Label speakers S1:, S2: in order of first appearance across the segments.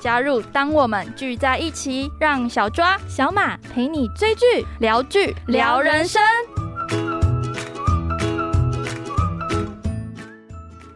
S1: 加入，当我们聚在一起，让小抓、小马陪你追剧、聊剧、聊人生。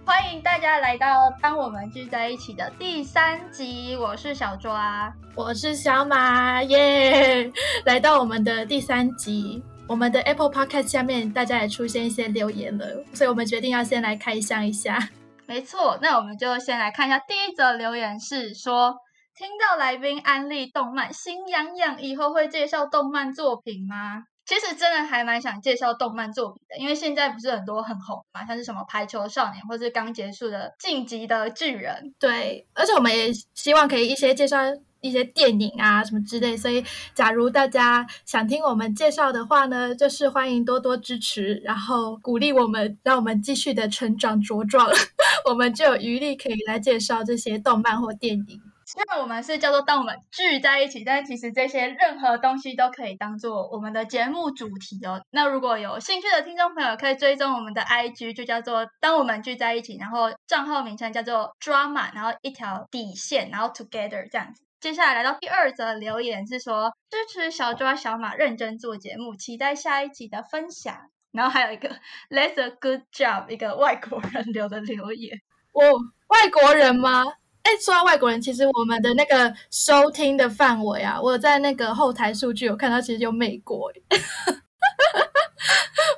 S2: 欢迎大家来到《当我们聚在一起》的第三集，我是小抓。
S3: 我是小马耶 来到我们的第三集。我们的 Apple Podcast 下面大家也出现一些留言了，所以我们决定要先来开箱一下。
S2: 没错，那我们就先来看一下第一则留言是说，听到来宾安利动漫，心痒痒，以后会介绍动漫作品吗？其实真的还蛮想介绍动漫作品的，因为现在不是很多很红嘛，像是什么《排球少年》或是刚结束的《晋级的巨人》，
S3: 对，而且我们也希望可以一些介绍一些电影啊什么之类，所以假如大家想听我们介绍的话呢，就是欢迎多多支持，然后鼓励我们，让我们继续的成长茁壮， 我们就有余力可以来介绍这些动漫或电影。
S2: 虽然我们是叫做当我们聚在一起，但是其实这些任何东西都可以当做我们的节目主题哦。那如果有兴趣的听众朋友，可以追踪我们的 IG，就叫做当我们聚在一起，然后账号名称叫做 drama，然后一条底线，然后 together 这样子。接下来来到第二则留言是说支持小抓小马认真做节目，期待下一集的分享。然后还有一个 That's a good job，一个外国人留的留言。
S3: 哦，外国人吗？哎，说到外国人，其实我们的那个收听的范围啊，我有在那个后台数据有看到，其实有美国，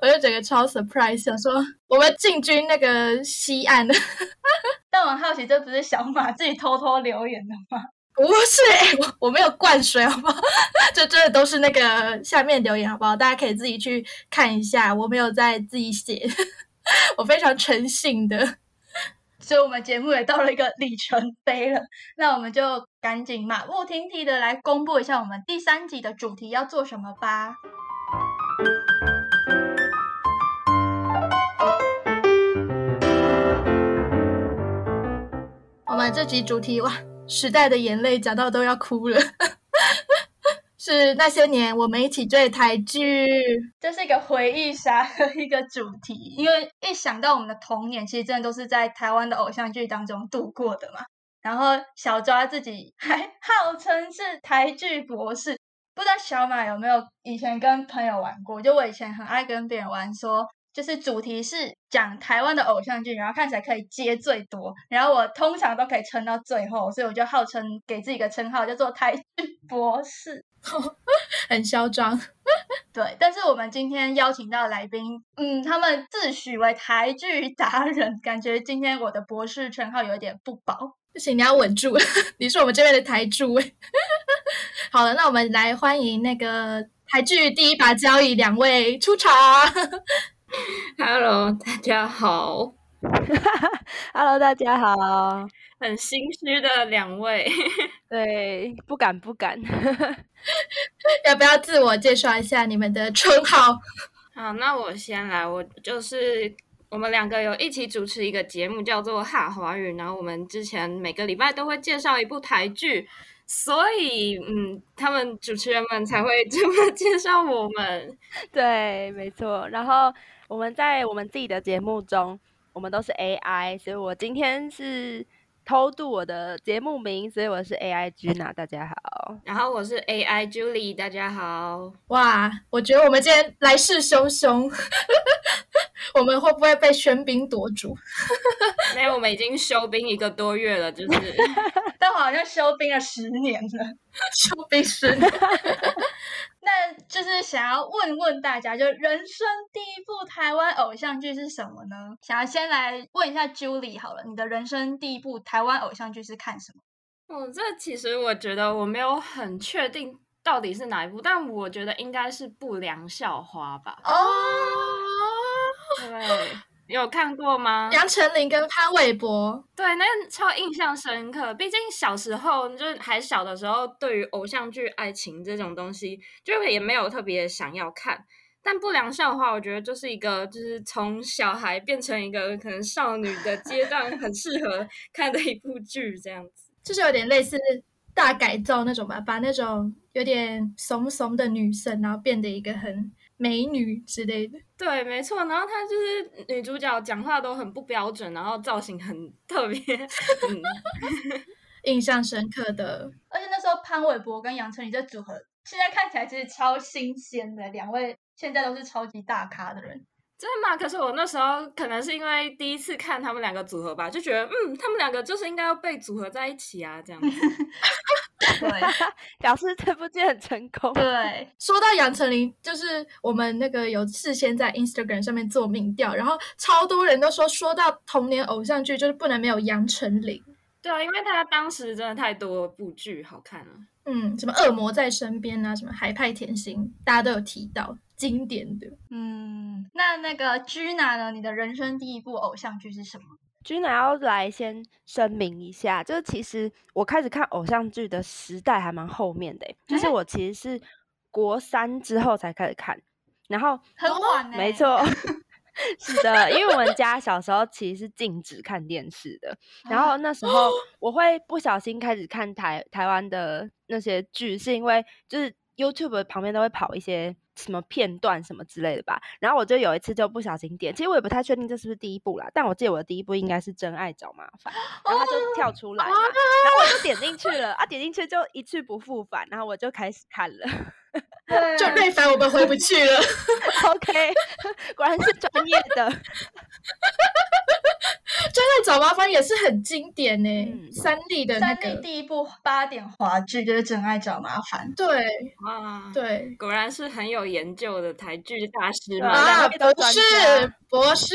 S3: 我就整个超 surprise，想说我们进军那个西岸，
S2: 但我很好奇，这不是小马自己偷偷留言的吗？
S3: 不是，哎我我没有灌水，好不好？ 这真的都是那个下面留言，好不好？大家可以自己去看一下，我没有在自己写， 我非常诚信的。
S2: 所以我们节目也到了一个里程碑了。 那我们就赶紧马不停蹄的来公布一下我们第三集的主题要做什么吧。
S3: 我们这集主题哇，时代的眼泪讲到都要哭了，是那些年我们一起追的台剧。
S2: 这是一个回忆杀的一个主题，因为一想到我们的童年，其实真的都是在台湾的偶像剧当中度过的嘛。然后小抓自己还号称是台剧博士，不知道小马有没有以前跟朋友玩过？就我以前很爱跟别人玩说。就是主题是讲台湾的偶像剧，然后看起来可以接最多，然后我通常都可以撑到最后，所以我就号称给自己一个称号叫做台剧博士。
S3: 很嚣张，
S2: 对，但是我们今天邀请到的来宾，嗯，他们自诩为台剧达人，感觉今天我的博士称号有点不保。
S3: 不行，你要稳住， 你是我们这边的台柱。哎 好了，那我们来欢迎那个台剧第一把交椅两位出场。
S4: Hello，大家好，
S5: Hello，大家好。
S4: 很心虚的两位，
S5: 对，不敢不敢。
S3: 要不要自我介绍一下你们的称号？
S4: 好，那我先来，我就是我们两个有一起主持一个节目，叫做《哈华语》，然后我们之前每个礼拜都会介绍一部台剧，所以嗯，他们主持人们才会这么介绍我们。
S5: 对，没错。然后我们在我们自己的节目中，我们都是 AI，所以我今天是偷渡我的节目名，所以我是 AI Gina。大家好，
S4: 然后我是 AI Julie，大家好，
S3: 哇，我觉得我们今天来势汹汹， 我们会不会被喧宾夺主？
S4: 没有，我们已经休兵一个多月了，就是
S2: 但我好像休兵了十年 了。
S3: 休兵十
S2: 那就是想要问问大家，就人生第一部台湾偶像剧是什么呢？想要先来问一下 Julie 好了，你的人生第一部台湾偶像剧是看什么？
S4: 哦，这其实我觉得我没有很确定到底是哪一部，但我觉得应该是《不良校花》吧。
S2: 哦，
S4: 对，有看过吗？
S2: 杨丞琳跟潘玮柏，
S4: 对，那个超印象深刻。毕竟小时候就是还小的时候，对于偶像剧、爱情这种东西，就也没有特别想要看。但不良校花，我觉得就是一个，就是从小孩变成一个可能少女的阶段，很适合看的一部剧，这样子。
S2: 就是有点类似大改造那种吧，把那种有点怂怂的女生，然后变得一个很美女之类的。
S4: 对，没错。然后她就是女主角，讲话都很不标准，然后造型很 特别。嗯，
S2: 印象深刻的，
S6: 而且那时候潘玮柏跟杨丞琳这组合，现在看起来其实超新鲜的，两位现在都是超级大咖的人。
S4: 真的吗？可是我那时候可能是因为第一次看他们两个组合吧，就觉得嗯，他们两个就是应该要被组合在一起啊，这样子。
S6: 对
S5: 表示这部剧很成功。
S6: 对，
S2: 说到杨丞琳，就是我们那个有事先在 Instagram 上面做民调，然后超多人都说，说到童年偶像剧，就是不能没有杨丞琳。
S4: 对啊，因为他当时真的太多部剧好看了。
S2: 嗯，什么恶魔在身边啊，什么海派甜心，大家都有提到经典的。
S6: 嗯，那那个 Gina 呢？你的人生第一部偶像剧是什么？
S5: 君娜要来先声明一下，就是其实我开始看偶像剧的时代还蛮后面的欸、
S6: 哎
S5: 就是我其实是国三之后才开始看，然后
S6: 很
S2: 哦
S6: 晚呢、
S2: 哎
S5: 没，错，是的，因为我们家小时候其实是禁止看电视的，然后那时候我会不小心开始看台台湾的那些剧，是因为就是 YouTube 旁边都会跑一些什么片段什么之类的吧，然后我就有一次就不小心点，其实我也不太确定这是不是第一部啦，但我记得我的第一部应该是《真爱找麻烦》，然后它就跳出来嘛，然后我就点进去了啊，点进去就一去不复返，然后我就开始看了
S6: 对
S2: 就瑞凡，我们回不去 了。
S5: ，OK，果然是专业的。
S2: 真的找麻烦也是很经典呢、
S5: 嗯
S2: 三立的那
S6: 三
S2: 个。
S6: 立第一部八点华剧就是《真爱找麻烦》。
S2: 对
S4: 哇，，
S2: 对
S4: 果然是很有研究的台剧大师
S5: 对啊
S4: 嘛。
S2: 啊，
S5: 两个都
S2: 博
S5: 专
S2: 士
S5: 家
S2: 博士，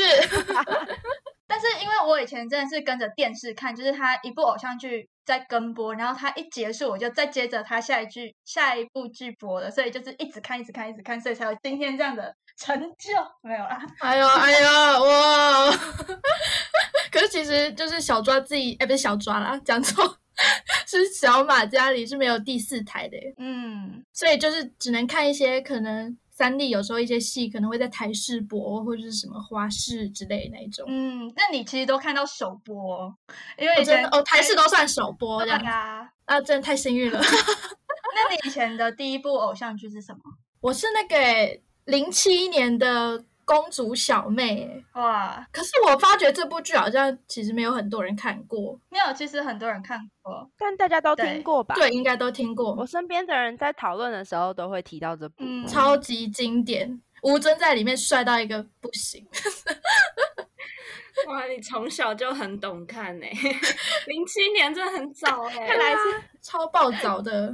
S6: 但是因为我以前真的是跟着电视看，就是它一部偶像剧在跟播，然后它一结束我就再接着它下一剧下一部剧播了，所以就是一直看一直看一直看，所以才有今天这样的成就。 没有啦，
S2: 哎呦哎呦哇！ 可是其实就是小抓自己，哎，不是小抓啦， 讲错，是小马家里是没有第四台的耶，
S6: 嗯，
S2: 所以就是只能看一些可能三立有时候一些戏可能会在台视播或者是什么花式之类那一种。
S6: 嗯，那你其实都看到首播哦，因为
S2: 哦
S6: 以
S2: 真
S6: 前
S2: 的哦，台视都算首播这
S6: 对
S2: 样
S6: 啊。
S2: 啊，真的太幸运了。
S6: 那你以前的第一部偶像剧是什么？
S2: 我是那个零七年的公主小妹耶，
S6: 哇，
S2: 可是我发觉这部剧好像其实没有很多人看过，
S6: 没有，其实很多人看过。
S5: 但大家都
S6: 对
S5: 听过吧？
S2: 对，应该都听过
S5: 我，身边的人在讨论的时候都会提到这部。
S6: 嗯，
S2: 超级经典。吴尊在里面帅到一个不行，
S4: 哇，你从小就很懂看呢、 零七年真的很早哎、
S2: 看来
S6: 啊
S2: 是超暴躁 的。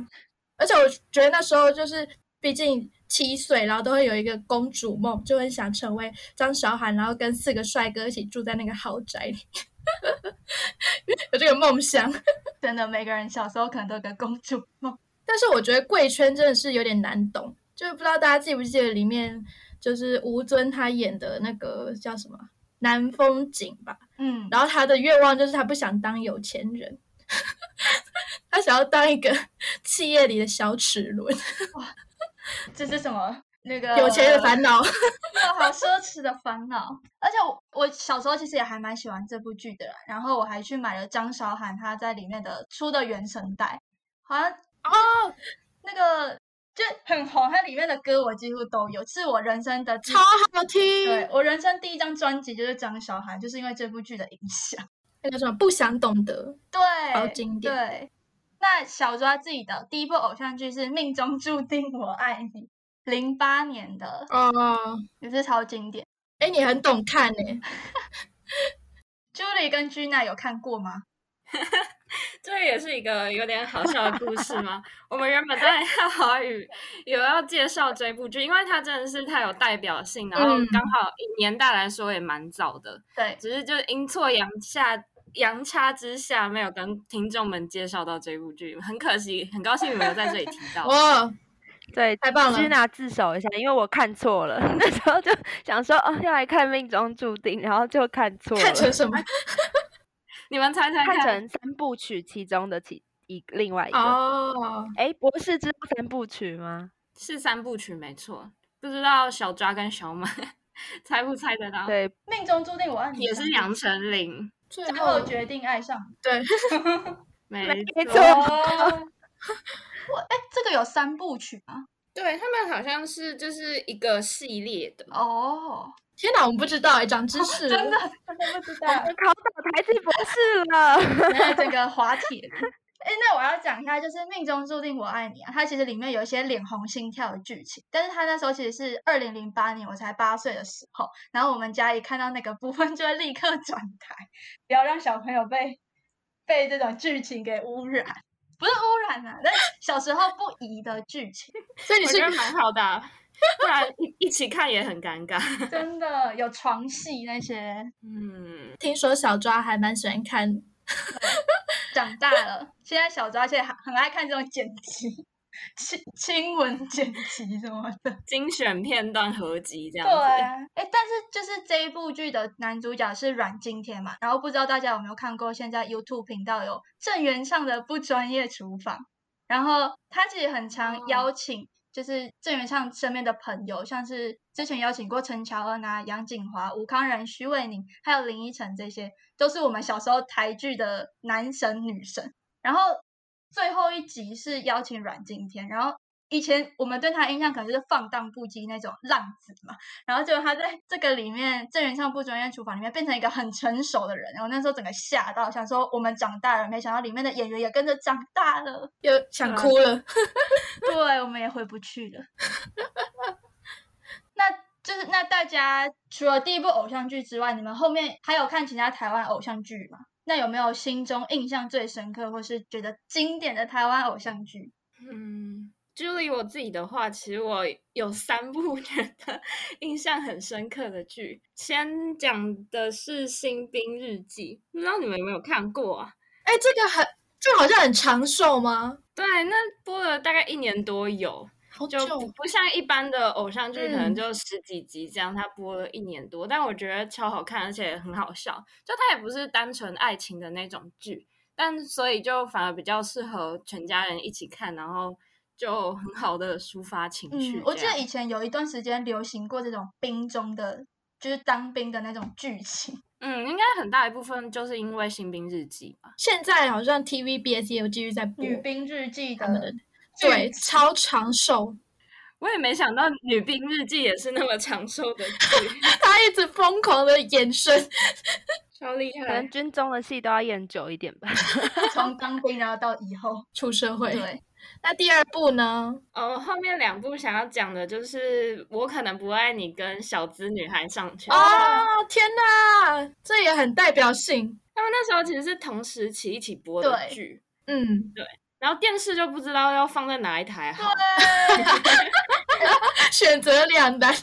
S2: 而且我觉得那时候就是，毕竟七岁，然后都会有一个公主梦，就很想成为张韶涵，然后跟四个帅哥一起住在那个豪宅里， 有这个梦想。
S6: 真的，每个人小时候可能都有个公主梦。
S2: 但是我觉得贵圈真的是有点难懂，就是不知道大家记不记得里面就是吴尊他演的那个叫什么南风景吧，
S6: 嗯，
S2: 然后他的愿望就是他不想当有钱人，他想要当一个 企业里的小齿轮，
S6: 这是什么？那个
S2: 有钱人的烦恼。
S6: 恼，好奢侈的烦恼。而且我我小时候其实也还蛮喜欢这部剧的啦，然后我还去买了张韶涵她在里面的出的原声带，好像哦，那个就很红，它里面的歌我几乎都有，是我人生的第
S2: 超好听，
S6: 对我人生第一张专辑就是张韶涵，就是因为这部剧的影响。
S2: 那个什么不想懂得，
S6: 对，
S2: 超经典
S6: 对，那小抓自己的第一部偶像剧是《命中注定我爱你》，零八年的，
S2: 哦，
S6: 也是超经典。
S2: 哎，你很懂看欸呢，
S6: Julie 跟 Gina 有看过 吗？
S4: 这也是一个有点好笑的故事吗？我们原本在 看华语有要介绍这部剧，因为它真的是太有代表性，然后
S2: 嗯
S4: 刚好以年代来说也蛮早的，
S6: 对，
S4: 只是就是阴错阳下。阳差之下，没有
S6: 哦
S4: 跟听众们介绍到这部剧，很可惜。很高兴你们有在这里提到。
S2: 哇，
S5: 对，
S6: 太棒了
S5: 支娜自首一下，因为我看错了， 那时候就想说哦要来看《命中注定》，然后就看错了，
S6: 看成什 么？
S4: 你们猜猜
S5: 看
S4: 看，
S5: 成三部曲其中的其一另外一个。
S6: 哦，
S5: 哎，博士知道三部曲吗？
S4: 是三部曲没错。不知道小抓跟小马 猜不猜
S6: 哦
S4: 得到？，
S5: 对，
S2: 命中注定我爱你，
S4: 也是杨丞琳，
S6: 最
S2: 最
S6: 后
S2: 后决定爱上你。
S6: 对，
S4: 没
S5: 没
S4: 错
S5: 错
S2: 哦，我哎，这个有三部曲吗？
S4: 对他们好像是就是一个系列的，
S2: 哦，
S6: 天哪，我们不知道
S2: 欸
S6: 哎，长知 识了，
S2: 真的真的不知道
S5: 我。们考倒台气博士了。
S2: 那这个滑铁卢。哎，那我要讲一下，就是《命中注定我爱你》啊，它其实里面有一些脸红心跳的剧情，但是它那时候其实是二零零八年，我才八岁的时候，然后我们家一看到那个部分就会立刻转台，不要让小朋友被被这种剧情给污染，不是污染啊，但是小时候不宜的剧情，
S6: 所以你
S4: 我
S6: 是
S4: 觉得蛮好的啊，不然一一起看也很尴尬。
S2: 真的有床戏那些，
S4: 嗯，
S6: 听说小抓还蛮喜欢看，
S2: 长大了，现在小抓现在很很爱看这种剪辑，亲亲吻剪辑什么的。
S4: 精选片段合集这样
S2: 对
S4: 子，
S2: 啊，哎，但是就是这一部剧的男主角是阮经天嘛，然后不知道大家有没有看过，现在 YouTube 频道有郑元畅的《不专业厨房》，然后他其实很
S4: 哦
S2: 常邀请就是郑元畅身边的朋友，像是之前邀请过陈乔恩啊、杨锦华、吴康仁、徐伟宁，还有林依晨这些，都是我们小时候台剧的男神女神。然后最后一集是邀请阮经天，然后。以前我们对他的印象可能就是放荡不羁那种浪子嘛，然后结果他在 这个里面，郑元畅不专业厨房里面变成一个很成熟的人，然后那时候整个吓到，想说我们长大了，没想到里面的演员也跟着长大了，啊
S6: 又想哭了。
S2: 对，我们也回不去了。 那就是那大家除了第一部偶像剧之外，你们后面还有看其他台湾偶像剧吗？那有没有心中印象最深刻，或是觉得经典的台湾偶像剧？
S4: 嗯。Julie，我自己的话，其实我有三部 觉得印象很深刻的剧。先讲的是《新兵日记》，不知道你们有没有看过啊？
S6: 哎，这个很，这个好像很长寿吗？
S4: 对，那播了大概一年多有，
S6: 好久哦
S4: 就不不像一般的偶像剧，可能
S6: 嗯
S4: 就十几集这样，它播了一年多，但我觉得超好看，而且很好笑。就它也不是单纯爱情的那种剧，但所以就反而比较适合全家人一起看，然后就很好的抒发情绪这
S2: 嗯
S4: 样。，
S2: 我记得以前有一段时间流行过这种兵中的，就是当兵的那种剧情。
S4: 嗯，应该很大一部分就是因为《新兵日记》吧。
S6: 现在好像 TVBS 也有继续在播
S2: 女兵日记
S6: 他们
S2: 的
S6: 的，对，超长寿，
S4: 我也没想到《女兵日记》也是那么长寿的剧，
S6: 他一直疯狂的延伸，
S4: 超厉
S5: 可能
S4: 害。
S5: 军中的戏都要演久一点吧。
S2: 从当兵然后到以后，
S6: 出社会。
S2: 对，
S6: 那第二部呢？
S4: 呃，后面两部想要讲的就是《我可能不爱你》跟《小资女孩上圈》。
S6: 哦，天哪，这也很代表性。
S4: 他们那时候其实是同时期一起播的
S2: 对
S4: 剧，
S6: 嗯，
S4: 然后电视就不知道要放在哪一台好。
S6: 选择两难。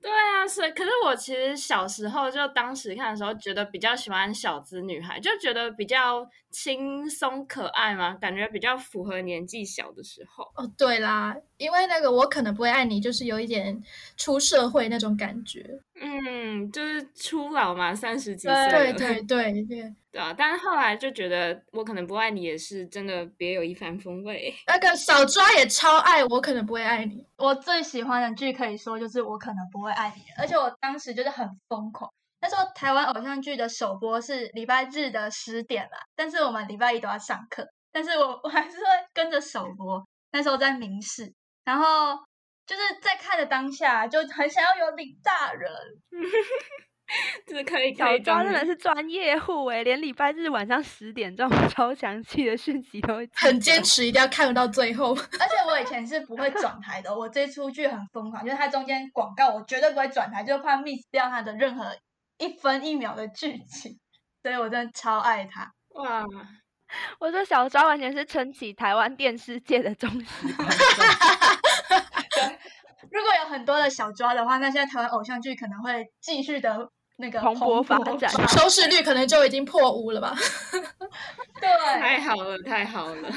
S4: 对啊，所以可是我其实小时候就当时看的时候，觉得比较喜欢小资女孩，就觉得比较轻松可爱嘛，感觉比较符合年纪小的时候。
S6: 哦，对啦，因为那个我可能不会爱你，就是有一点出社会那种感觉。
S4: 嗯，就是初老嘛，三十几岁了，
S6: 对对对对，
S4: 对啊。但是后来就觉得我可能不爱你也是真的别有一番风味。
S6: 那个小抓也超爱我可能不会爱你。
S2: 我最喜欢的剧可以说就是我可能不会爱你了，而且我当时就是很疯狂。那时候台湾偶像剧的首播是礼拜日的十点啦，但是我们礼拜一都要上课，但是我我还是会跟着首播。那时候在明视，然后就是在看的当下就很想要有李大人，
S4: 这可以，可
S5: 小
S4: 以
S5: 抓
S4: 当
S5: 真
S4: 你
S5: 的是专业户哎、连礼拜日晚上十点这种超详细的讯息都会记
S6: 很
S5: 得
S6: 坚持，一定要看到最后。
S2: 而且我以前是不会转台的，我这出剧很疯狂，就是它中间广告我绝对不会转台，就怕 miss 掉它的任何一分一秒的剧情，所以我真的超爱它。
S4: 哇，
S5: 我说小抓完全是撑起台湾电视界的忠实观
S2: 如果有很多的小抓的话，那现在台湾偶像剧可能会继续的那个
S5: 众，蓬勃发展。
S6: 收视率可能就已经破五了吧？
S2: 对，
S4: 太好了，太好了。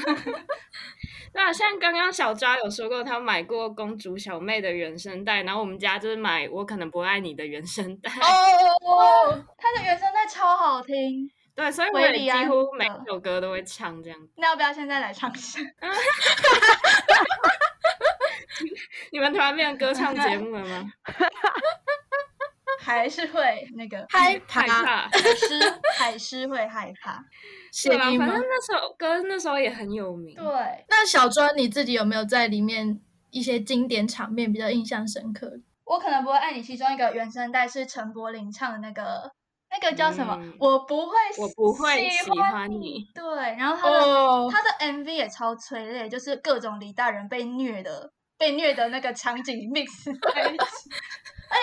S4: 对啊，像刚刚小抓有说过，他买过公主小妹的原声带，然后我们家就是买《我可能不爱你》的原声带。
S6: 哦，他的原声带超好听，
S4: 对，所以我
S6: 维
S4: 也
S6: 里
S4: 几
S6: 安
S4: 乎每
S6: 的
S4: 首歌都会唱这样。
S6: 那要不要现在来唱一下？
S4: 你们突然变成歌唱节目了吗？
S6: 还是会那个
S2: 害
S4: 害
S2: 怕，
S4: 怕。
S6: 海狮，海狮会害 怕。
S4: 是啦，
S2: 介意
S4: 啊反
S2: 吗
S4: 正那首歌那时候也很有名。
S6: 对，
S2: 那小庄你自己有没有在里面一些经典场面比较印象深刻的？
S6: 我可能不会爱你，其中一个原声带是陈柏霖唱的那个，那个叫什么？
S4: 嗯
S6: 我不会，
S4: 我不会喜
S6: 欢
S4: 欢你。
S6: 对，然后他的、
S2: 哦，
S6: 他的 MV 也超催泪，就是各种李大人被虐的被虐的那个场景 mix 在一起。哎，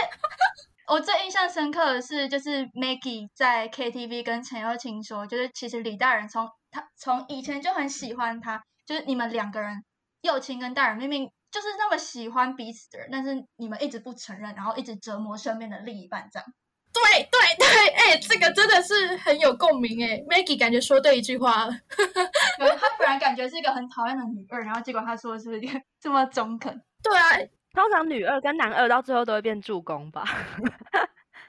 S6: 我最印象深刻的是，就是 Maggie 在 KTV 跟陈又青说，就是其实李大人从他从以前就很喜欢他，就是你们两个人幼青跟大人明明就是那么喜欢彼此的人，但是你们一直不承认，然后一直折磨身边的另一半，这样。
S2: 对对对，哎、这个真的是很有共鸣哎、Maggie 感觉说对一句话了。
S6: 对他本来感觉是一个很讨厌的女二，然后结果他说的是一个这么中肯。
S2: 对啊，
S5: 通常女二跟男二到最后都会变助攻吧？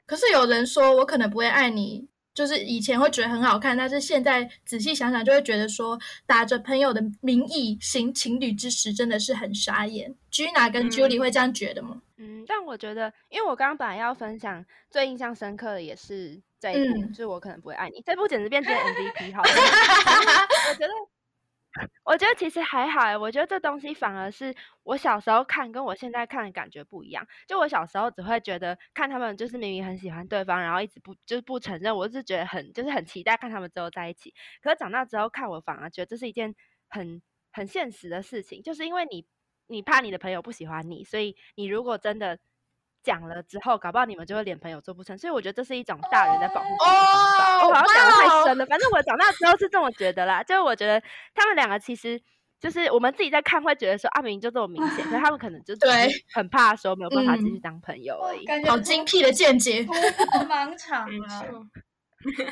S2: 可是有人说我可能不会爱你，就是以前会觉得很好看，但是现在仔细想想就会觉得说，打着朋友的名义行情侣之实真的是很傻眼。Gina 跟
S4: 嗯
S2: Julie 会这样觉得吗？
S5: 嗯，但我觉得，因为我刚刚本来要分享最印象深刻的也是这一部，
S2: 嗯
S5: 就是我可能不会爱你这部，简直变成 MVP 好了。反正我觉得，我觉得其实还好欸，我觉得这东西反而是我小时候看跟我现在看的感觉不一样。就我小时候只会觉得看他们就是明明很喜欢对方，然后一直不就是不承认，我就是觉得很就是很期待看他们之后在一起。可是长大之后看，我反而觉得这是一件很很现实的事情，就是因为你你怕你的朋友不喜欢你，所以你如果真的讲了之后，搞不好你们就会连朋友做不成。所以我觉得这是一种大人在保护自己的方法。我好像讲的
S2: 哇哦
S5: 太深了，反正我长大之后是这么觉得啦。就是我觉得他们两个其实。就是我们自己在看，会觉得说阿明就这么明显，可是他们可能就只
S2: 对
S5: 是很怕说没有办法继
S2: 嗯
S5: 续当朋友
S6: 哇
S5: 而已。
S6: 感觉
S2: 好精辟的见解
S6: 突，破盲场
S4: 没
S6: 了。
S4: 错，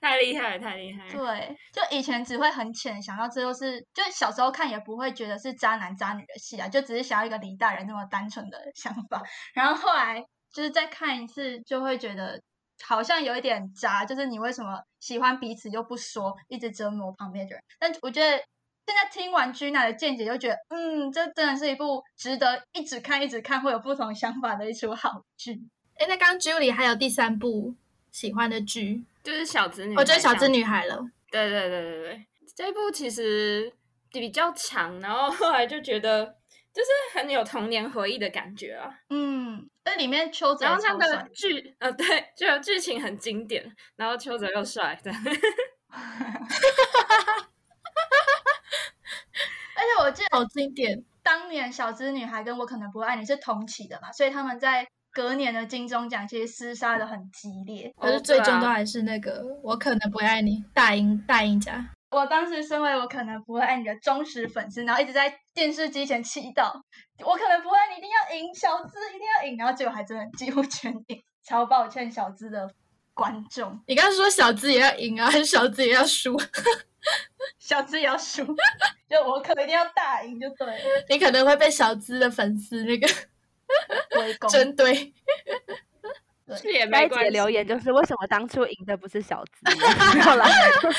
S4: 太厉害了，太厉害了。
S6: 对，就以前只会很浅想到这就是，就小时候看也不会觉得是渣男渣女的戏啊，就只是想要一个李大人那么单纯的 想法。然后后来就是再看一次，就会觉得好像有一点渣，就是你为什么喜欢彼此又不说，一直折磨旁边的人？但我觉得现在听完 Gina 的见解，就觉得嗯，这真的是一部值得一直看一直看，会有不同想法的一出好剧。
S2: 哎、那刚刚 Julie 还有第三部喜欢的剧，
S4: 就是小子女，
S2: 我觉得《小资。女孩》了。
S4: 对对对对对，这一部其实比较长，然后后来就觉得就是很有童年回忆的感觉啊。
S6: 嗯，那里面邱泽
S4: 然
S6: 也
S4: 后那
S6: 超
S4: 个
S6: 帅，
S4: 剧，呃，对，就剧情很经典，然后邱泽又帅，这样
S6: 而且我记得
S2: 好经典，
S6: 当年《小资女孩》跟我可能不会爱你是同期的嘛，所以他们在隔年的金钟奖其实厮杀的很激烈。
S2: 可是
S4: 哦
S2: 最
S4: 对
S2: 终
S4: 啊
S2: 都还是那个“我可能不会爱你”大赢大赢家。
S6: 我当时身为我可能不会爱你的忠实粉丝，然后一直在电视机前祈祷，我可能不会爱你一定要赢，小资一定要赢，然后结果还真的几乎全赢，超抱歉小资的观众，
S2: 你刚刚说小资也要赢啊，还 是小资也要输？
S6: 小资也要输， 就我可能一定要大赢就对了，
S2: 你可能会被小资的粉丝那个
S6: 围 攻。
S2: 针对。
S4: 是也
S5: 下
S4: 没
S5: 一集
S4: 关系。
S5: 的留言就是为什么当初赢的不是小资？ 没有啦，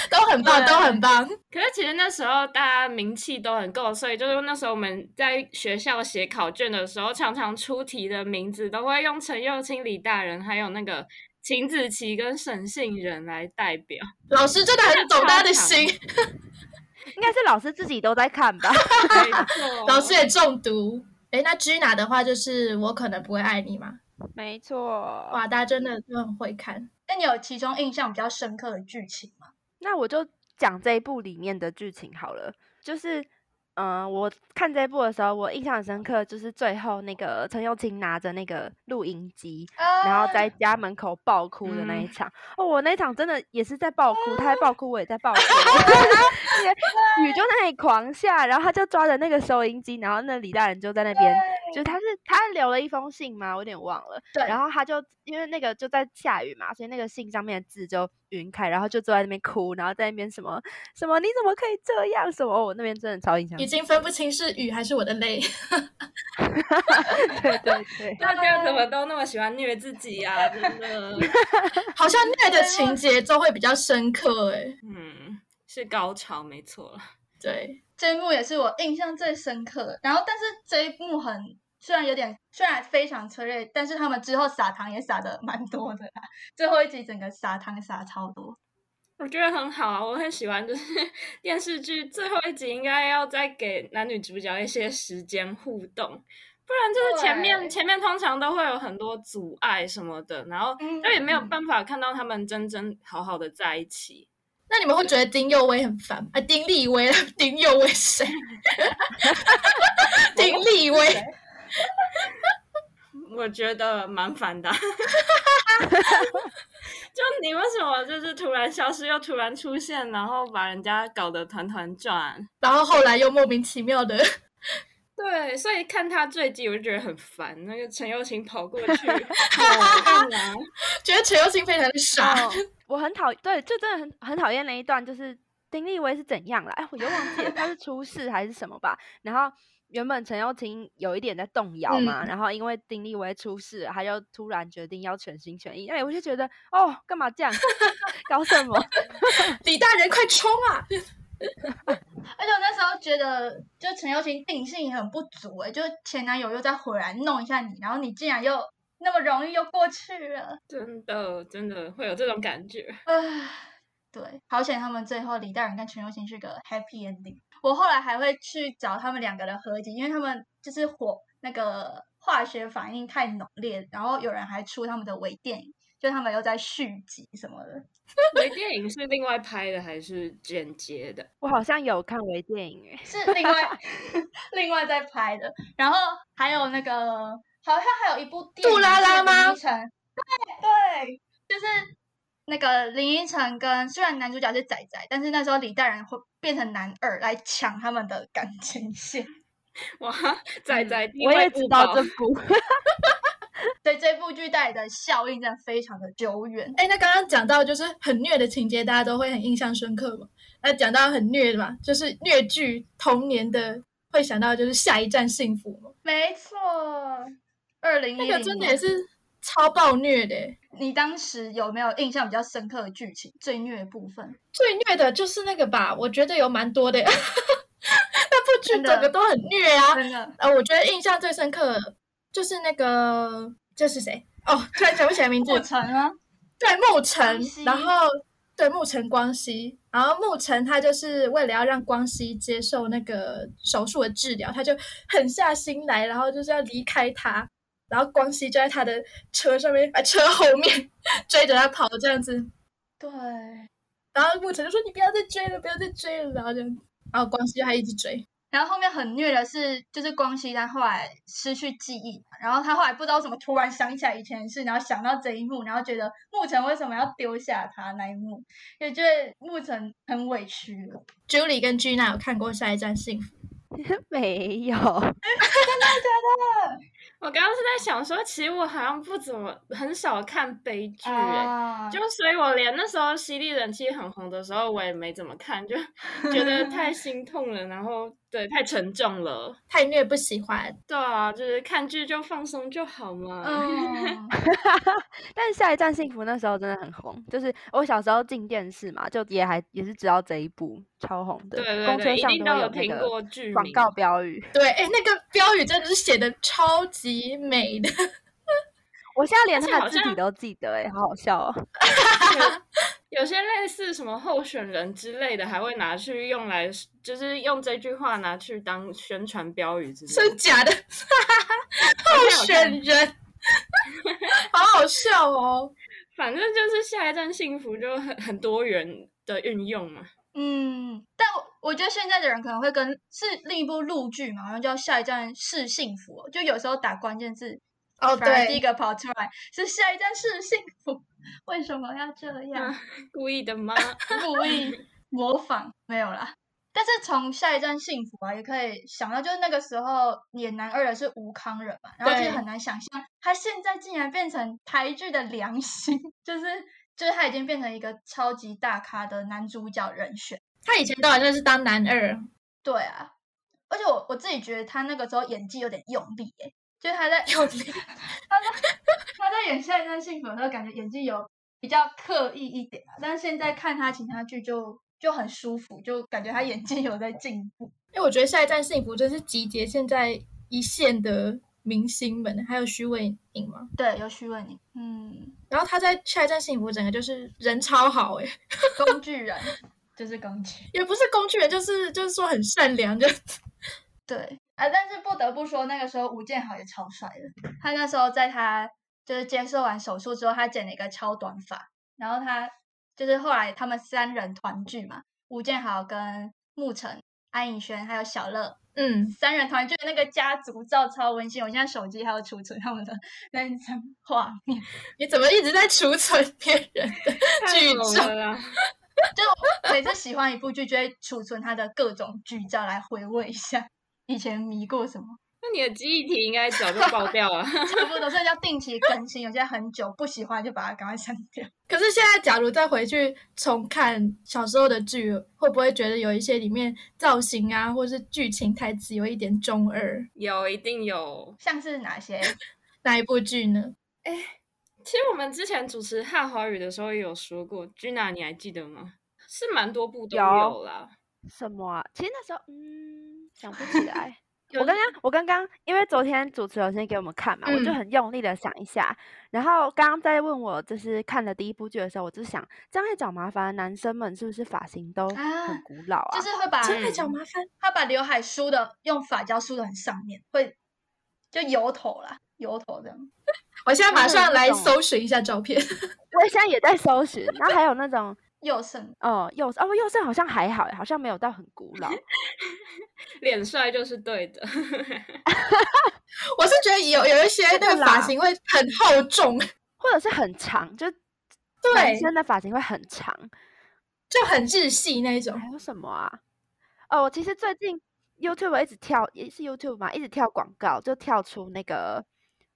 S2: 都很棒，
S6: 对
S2: 都很棒。
S4: 可是其实那时候大家名气都很够，所以就是那时候我们在学校写考卷的时候，常常出题的名字都会用陈幼卿、李大人，还有那个秦子琪跟沈杏仁来代 表。
S2: 老师真的很懂大家的心，
S5: 应该是老师自己都在看吧。
S4: 没错
S2: 老师也中毒。哎，那 Gina 的话就是我可能不会爱你嘛。
S5: 没错，
S2: 哇，大家真的都很会看。
S6: 那你有其中印象比较深刻的剧情吗？
S5: 那我就讲这一部里面的剧情好了。就是，嗯、我看这一部的时候，我印象很深刻，就是最后那个陈幼卿拿着那个录音机，然后在家门口爆哭的那一
S4: 嗯
S5: 场。哦，我那一场真的也是在爆哭，他在爆哭，我也在爆哭。啊 那个雨就在那里狂下，然后他就抓着那个收音机，然后那李大人就在那边就是他是他留了一封信吗？我有点忘了。
S6: 对
S5: 然后他就因为那个就在下雨嘛，所以那个信上面的字就晕开，然后就坐在那边哭，然后在那边什么什么你怎么可以这样什么，哦我那边真的超印象
S2: 已
S5: 深刻。
S2: 经分不清是雨还是我的泪。
S5: 对对对，
S4: 大家怎么都那么喜欢虐自己啊？真的，
S2: 好像虐的
S6: 啊
S2: 情节奏会比较深刻欸诶、
S4: 嗯，是高潮，没错了。
S2: 对，
S6: 这一幕也是我印象最深刻的。然后，但是这一幕很虽然有点虽然非常催泪，但是他们之后撒糖也撒的蛮多的啦。 最后一集整个撒糖撒超多，
S4: 我觉得很好啊，我很喜欢，就是 电视剧最后一集应该要再给男女主角一些时间互动，不然就是前面
S6: 对
S4: 前面通常都会有很多阻碍什么的，然后
S6: 嗯
S4: 就也没有办法看到他们真正好好的在一起。
S2: 那你们会觉得丁佑威很烦吗？啊，丁立威，丁佑威 谁？丁立威，
S4: 我觉得蛮烦的啊， 就你为什么就是突然消失又突然出现，然后把人家搞得团团转？
S2: 然后后来又莫名其妙的，
S4: 对，所以看他这一集我就觉得很烦，那个陈友晴跑过去 哦干嘛？
S2: 觉得陈又青非常的傻。
S5: 哦我很讨对，就真的很很讨厌那一段，就是丁立威是怎样了？哎，我又忘记了，他是出事还是什么吧？然后原本陈又廷有一点在动摇
S4: 嗯
S5: 嘛，然后因为丁立威出事了，他就突然决定要全心全意。哎，我就觉得哦，干嘛这样？ 搞什么？
S2: 李大人快冲啊！
S6: 而且我那时候觉得，就陈友情定性也很不足哎诶、就前男友又再回来弄一下你，然后你竟然又那么容易又过去了，
S4: 真的真的会有这种感觉。
S6: 唉，对，好险他们最后李大人跟陈友行是个 happy ending。我后来还会去找他们两个的合集，因为他们就是火那个化学反应太浓烈，然后有人还出他们的微电影，就他们又在续集什么的。
S4: 微电影是另外拍的还是剪接的？
S5: 我好像有看微电影哎、
S6: 是另外另外在拍的。然后还有那个，好像还有一部电影
S2: 杜拉拉
S6: 是
S2: 吗
S6: 林依晨，对对，就是那个林依晨跟虽然男主角是仔仔，但是那时候李代然会变成男二来抢他们的感情线。
S4: 哇，仔仔、定
S5: 欸我
S4: 位
S5: 也知
S4: 不
S5: 道
S4: 保
S5: 这部，
S6: 对这部剧带来的效应真的非常的久远。
S2: 哎，那刚刚讲到就是很虐的情节，大家都会很印象深刻嘛。那讲到很虐的嘛，就是虐剧童年的会想到就是下一站幸福嘛，
S6: 没错，二零
S2: 那
S6: 一
S2: 个真
S6: 零
S2: 的也
S6: 年，
S2: 是超暴虐的欸。
S6: 你当时有没有印象比较深刻的剧情？最虐的部分？
S2: 最虐的就是那个吧，我觉得有蛮多的 欸，那部剧
S6: 真的
S2: 整个都很虐啊。
S6: 真的，
S2: 呃，我觉得印象最深刻的就是那个，这是谁？哦，突然想不起来名字
S6: 过。程啊，
S2: 对，沐橙
S6: 光熙，
S2: 然后对沐橙光熙，然后沐橙他就是为了要让光熙接受那个手术的治疗，他就狠下心来，然后就是要离开他。然后光熙就在他的车上面，啊、车后面追着他跑这样子。
S6: 对，
S2: 然后沐橙就说：“你不要再追了，不要再追了。”然后就，然后光熙就还一直追。
S6: 然后后面很虐的是，就是光熙他后来失去记忆，然后他后来不知道为什么突然想起来以前的事，然后想到这一幕，然后觉得沐橙为什么要丢下他那一幕，也觉得沐橙很委屈了。
S2: Julie 跟 Gina 有看过《下一站幸福》。
S5: 没有。
S4: 我刚刚是在想说，其实我好像不怎么很少看悲剧、欸，
S6: 啊
S4: 就所以，我连那时候犀利人气很红的时候，我也没怎么看， 就觉得太心痛了，然后对太沉重了。
S2: 太虐不喜欢，
S4: 对啊，就是看剧就放松就好嘛。
S6: 嗯，
S5: 但是《下一站幸福》那时候真的很红，就是我小时候进电视嘛，就也还也是知道这一部超红的，
S4: 对对
S5: 公
S4: 对，
S5: 车
S4: 一
S5: 上
S4: 定
S5: 会
S4: 都
S5: 有那
S4: 听
S5: 个
S4: 过剧
S5: 广
S4: 名
S5: 告 标语。
S2: 对，哎，那个标语真的是写的超级美的，
S5: 我现在连
S4: 而且
S5: 他
S4: 好
S5: 的字体
S4: 像
S5: 都记得、欸，哎，好好笑哦。
S4: 有，有些类似什么候选人之类的，还会拿去用来，就是用这句话拿去当宣传标语之类
S2: 真
S4: 的。
S2: 假的？
S4: 好像
S2: 候
S4: 有看
S2: 选人，好好笑哦！
S4: 反正就是下一站幸福就很很多元的运用嘛。
S6: 嗯，但我我觉得现在的人可能会跟是另一部陆剧嘛，好像叫《下一站是幸福哦》，就有时候打关键字，
S2: 哦，
S6: 反而第一
S2: 对，
S6: 个跑出来是下一站是幸福，为什么要这样？
S4: 故意的吗？
S6: 故意模仿没有啦。但是从下一站幸福啊，也可以想到，就是那个时候演男二的是吴康仁嘛，然后就
S2: 对
S6: 很难想象他现在竟然变成台剧的良心， 就是就是他已经变成一个超级大咖的男主角人选。
S2: 他以前都好像是当男二，
S6: 对啊，而且我我自己觉得他那个时候演技有点用力、欸，就是 他在用力，他在他在演《下一站幸福》的时候，感觉演技有比较刻意一点啊。但是现在看他其他剧就就很舒服，就感觉他演技有在进步。
S2: 因为我觉得《下一站幸福》真是集结现在一线的明星们，还有徐伟宁嘛。
S6: 对，有徐伟宁，嗯，
S2: 然后他在《下一站幸福》整个就是人超好诶、
S6: 工具人就是工具。
S2: 也不是工具人，就是就是说很善良，就
S6: 对啊，但是不得不说，那个时候吴建豪也超帅的。他那时候在他就是接受完手术之后，他剪了一个超短发，然后他就是后来他们三人团聚嘛，吴建豪跟沐晨、安以轩还有小乐
S2: 嗯，
S6: 三人团聚的那个家族照超温馨。我现在手机还有储存他们的那一张画面，
S2: 你怎么一直在储存别人 的剧
S4: 太
S2: 照
S4: 猛？了啦
S6: 就每次喜欢一部剧，就会储存他的各种剧照来回味一下以前迷过什么。
S4: 那你的记忆体应该早就爆掉 了。
S6: 差不多，所以要定期更新。有些很久不喜欢就把它赶快删掉。
S2: 可是现在，假如再回去重看小时候的剧，会不会觉得有一些里面造型啊，或是剧情台词有一点中二？
S4: 有，一定有。
S6: 像是哪些？
S2: 哪一部剧呢？
S4: 哎其实我们之前主持《汉华语》的时候也有说过，Gina，你还记得吗？是蛮多部都
S5: 有
S4: 啦。
S5: 什么啊？其实那时候，嗯，想不起来。
S4: 有
S5: 我刚刚，我刚刚，因为昨天主持人先给我们看嘛，我就
S2: 嗯
S5: 很用力的想一下。然后刚刚在问我，就是看了第一部剧的时候，我就想，这样会找麻烦的男生们是不是发型都
S6: 啊
S5: 很古老啊？
S6: 就是会把
S2: 真的讲麻烦，
S6: 他把刘海梳的用发胶梳的很上面，会就油头啦，油头这样。
S2: 我现在马上来
S5: 我很不懂
S2: 搜寻一下照片。
S5: 我现在也在搜寻。然后还有那种，
S6: 右胜
S5: 哦，右哦，右正好像还好，欸好像没有到很古 老。
S4: 脸帅就是对的，
S2: 我是觉得有有一些那
S5: 真
S2: 个
S5: 的
S2: 发
S5: 啦
S2: 型会很厚重，
S5: 或者是很长，就男
S2: 对，
S5: 生的发型会很长。
S2: 就很日系那一种。
S5: 还有什么啊？哦，我其实最近 YouTube 一直跳，也是 YouTube 嘛，一直跳广告，就跳出那个《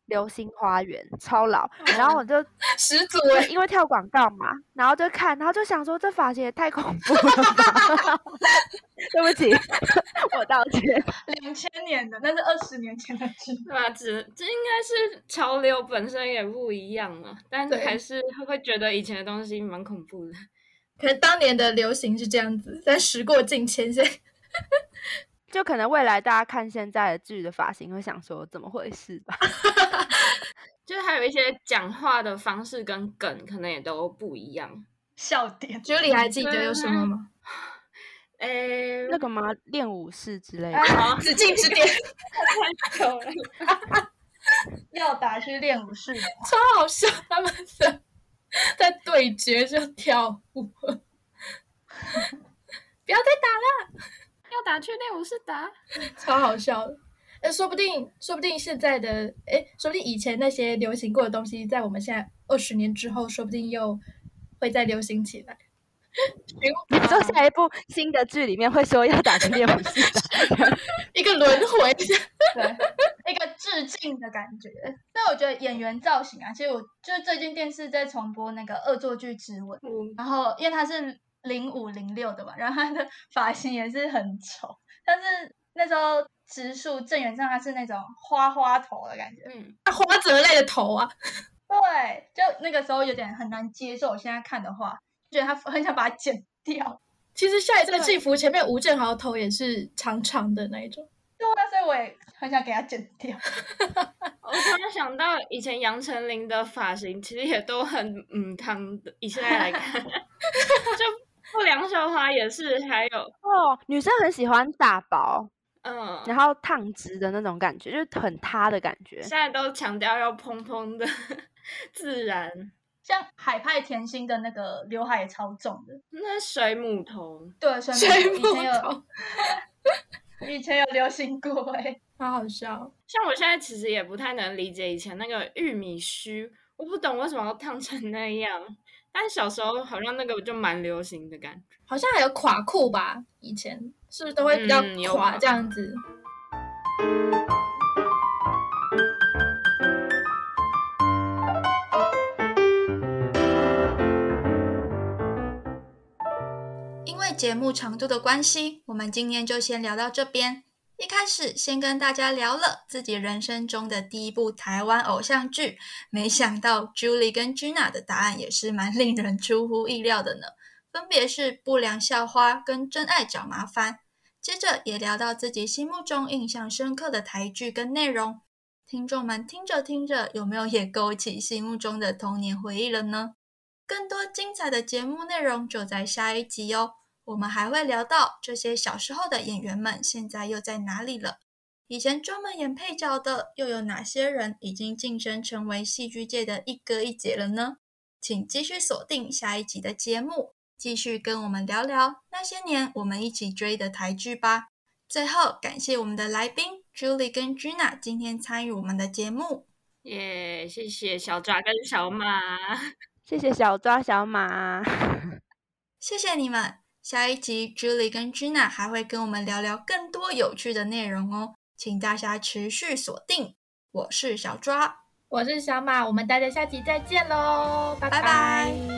S5: 流星花园》超 老，然后我就
S2: 十足
S5: 因
S2: 哎、
S5: 为因为跳广告嘛，然后就看，然后就想说这发型也太恐怖了吧！ 对不起，我道歉。
S6: 两千年的，那是二十年前的剧。
S4: 对吧？只这应该是潮流本身也不一样了，但
S2: 对
S4: 还是会觉得以前的东西蛮恐怖的。
S2: 可能当年的流行是这样子，但时过境迁，现在
S5: 就可能未来大家看现在的剧的发型，会想说怎么回事吧？
S4: 就是还有一些讲话的方式跟梗可能也都不一样。
S6: 笑点
S2: Julie 还记得有什么吗？
S4: 诶，
S5: 那个吗？练武士之类的。
S4: 好啊
S2: 紫禁之巅
S4: 太久了，
S6: 要打去练武士的，
S2: 超好笑，他们的在对决就跳舞， 不要再
S4: 要打去练武士打。
S2: 打，超好笑的。哎，说不定，说不定现在的，哎，说不定以前那些流行过的东西，在我们现在二十年之后，说不定又会再流行起来。
S5: 你说 下一部新的剧里面会说要打去练武士的，
S2: 一个轮回，
S6: 对，一个致敬的感觉。那我觉得演员造型啊，其实我就是最近电视在重播那个《恶作剧之吻》，
S4: 嗯，
S6: 然后因为他是零五零六的嘛，然后他的发型也是很丑，但是那时候植树郑元畅他是那种花花头的感觉，
S4: 嗯
S2: 花泽类的头啊，
S6: 对，就那个时候有点很难接受。我现在看的话，觉得他很想把它剪掉，
S2: 其实下一站
S4: 对
S2: 幸福前面吴镇豪头也是长长的那一种，
S6: 对啊，所以我也很想给他剪掉。
S4: 我突然想到，以前杨丞琳的发型其实也都很嗯汤的，以现在来看，就不良校花也是，还有
S5: 哦，女生很喜欢打薄，
S4: 嗯，
S5: 然后烫直的那种感觉，就是很塌的感觉
S4: 现。在都强调要蓬蓬的 自然，
S6: 像海派甜心的那个刘海也超重的，
S4: 那水母头
S6: 对，所
S2: 水
S6: 以以
S2: 母
S6: 前有
S2: 头，
S6: 以前有流行过哎、
S2: 好好笑。
S4: 像我现在其实也不太能理解以前那个玉米须，我不懂为什么要烫成那样。但小时候好像那个就蛮流行的感觉。
S2: 好像还有垮裤吧，以前是不是都会比较
S4: 嗯有
S2: 垮
S4: 垮
S2: 这样子？
S6: 因为节目长度的关系，我们今天就先聊到这边。一开始先跟大家聊了自己人生中的第一部台湾偶像剧，没想到 Julie 跟 Gina 的答案也是蛮令人出乎意料的呢，分别是《不良校花》跟《真爱找麻烦》。接着也聊到自己心目中印象深刻的台剧跟内容，听众们听着听着，有没有也勾起心目中的童年回忆了呢？更多精彩的节目内容就在下一集哦。我们还会聊到这些小时候的演员们现在又在哪里了，以前专门演配角的又有哪些人已经晋升成为戏剧界的一哥一姐了呢？请继续锁定下一集的节目，继续跟我们聊聊那些年我们一起追的台剧吧。最后，感谢我们的来宾 Julie 跟 Gina 今天参与我们的节目。
S4: 耶、谢谢小爪跟小马。
S5: 谢谢小抓小马，啊
S6: 谢谢你们！下一集 Julie 跟 Gina 还会跟我们聊聊更多有趣的内容哦，请大家持续锁定。我是小抓，
S2: 我是小马，我们大家下集再见喽，拜
S6: 拜拜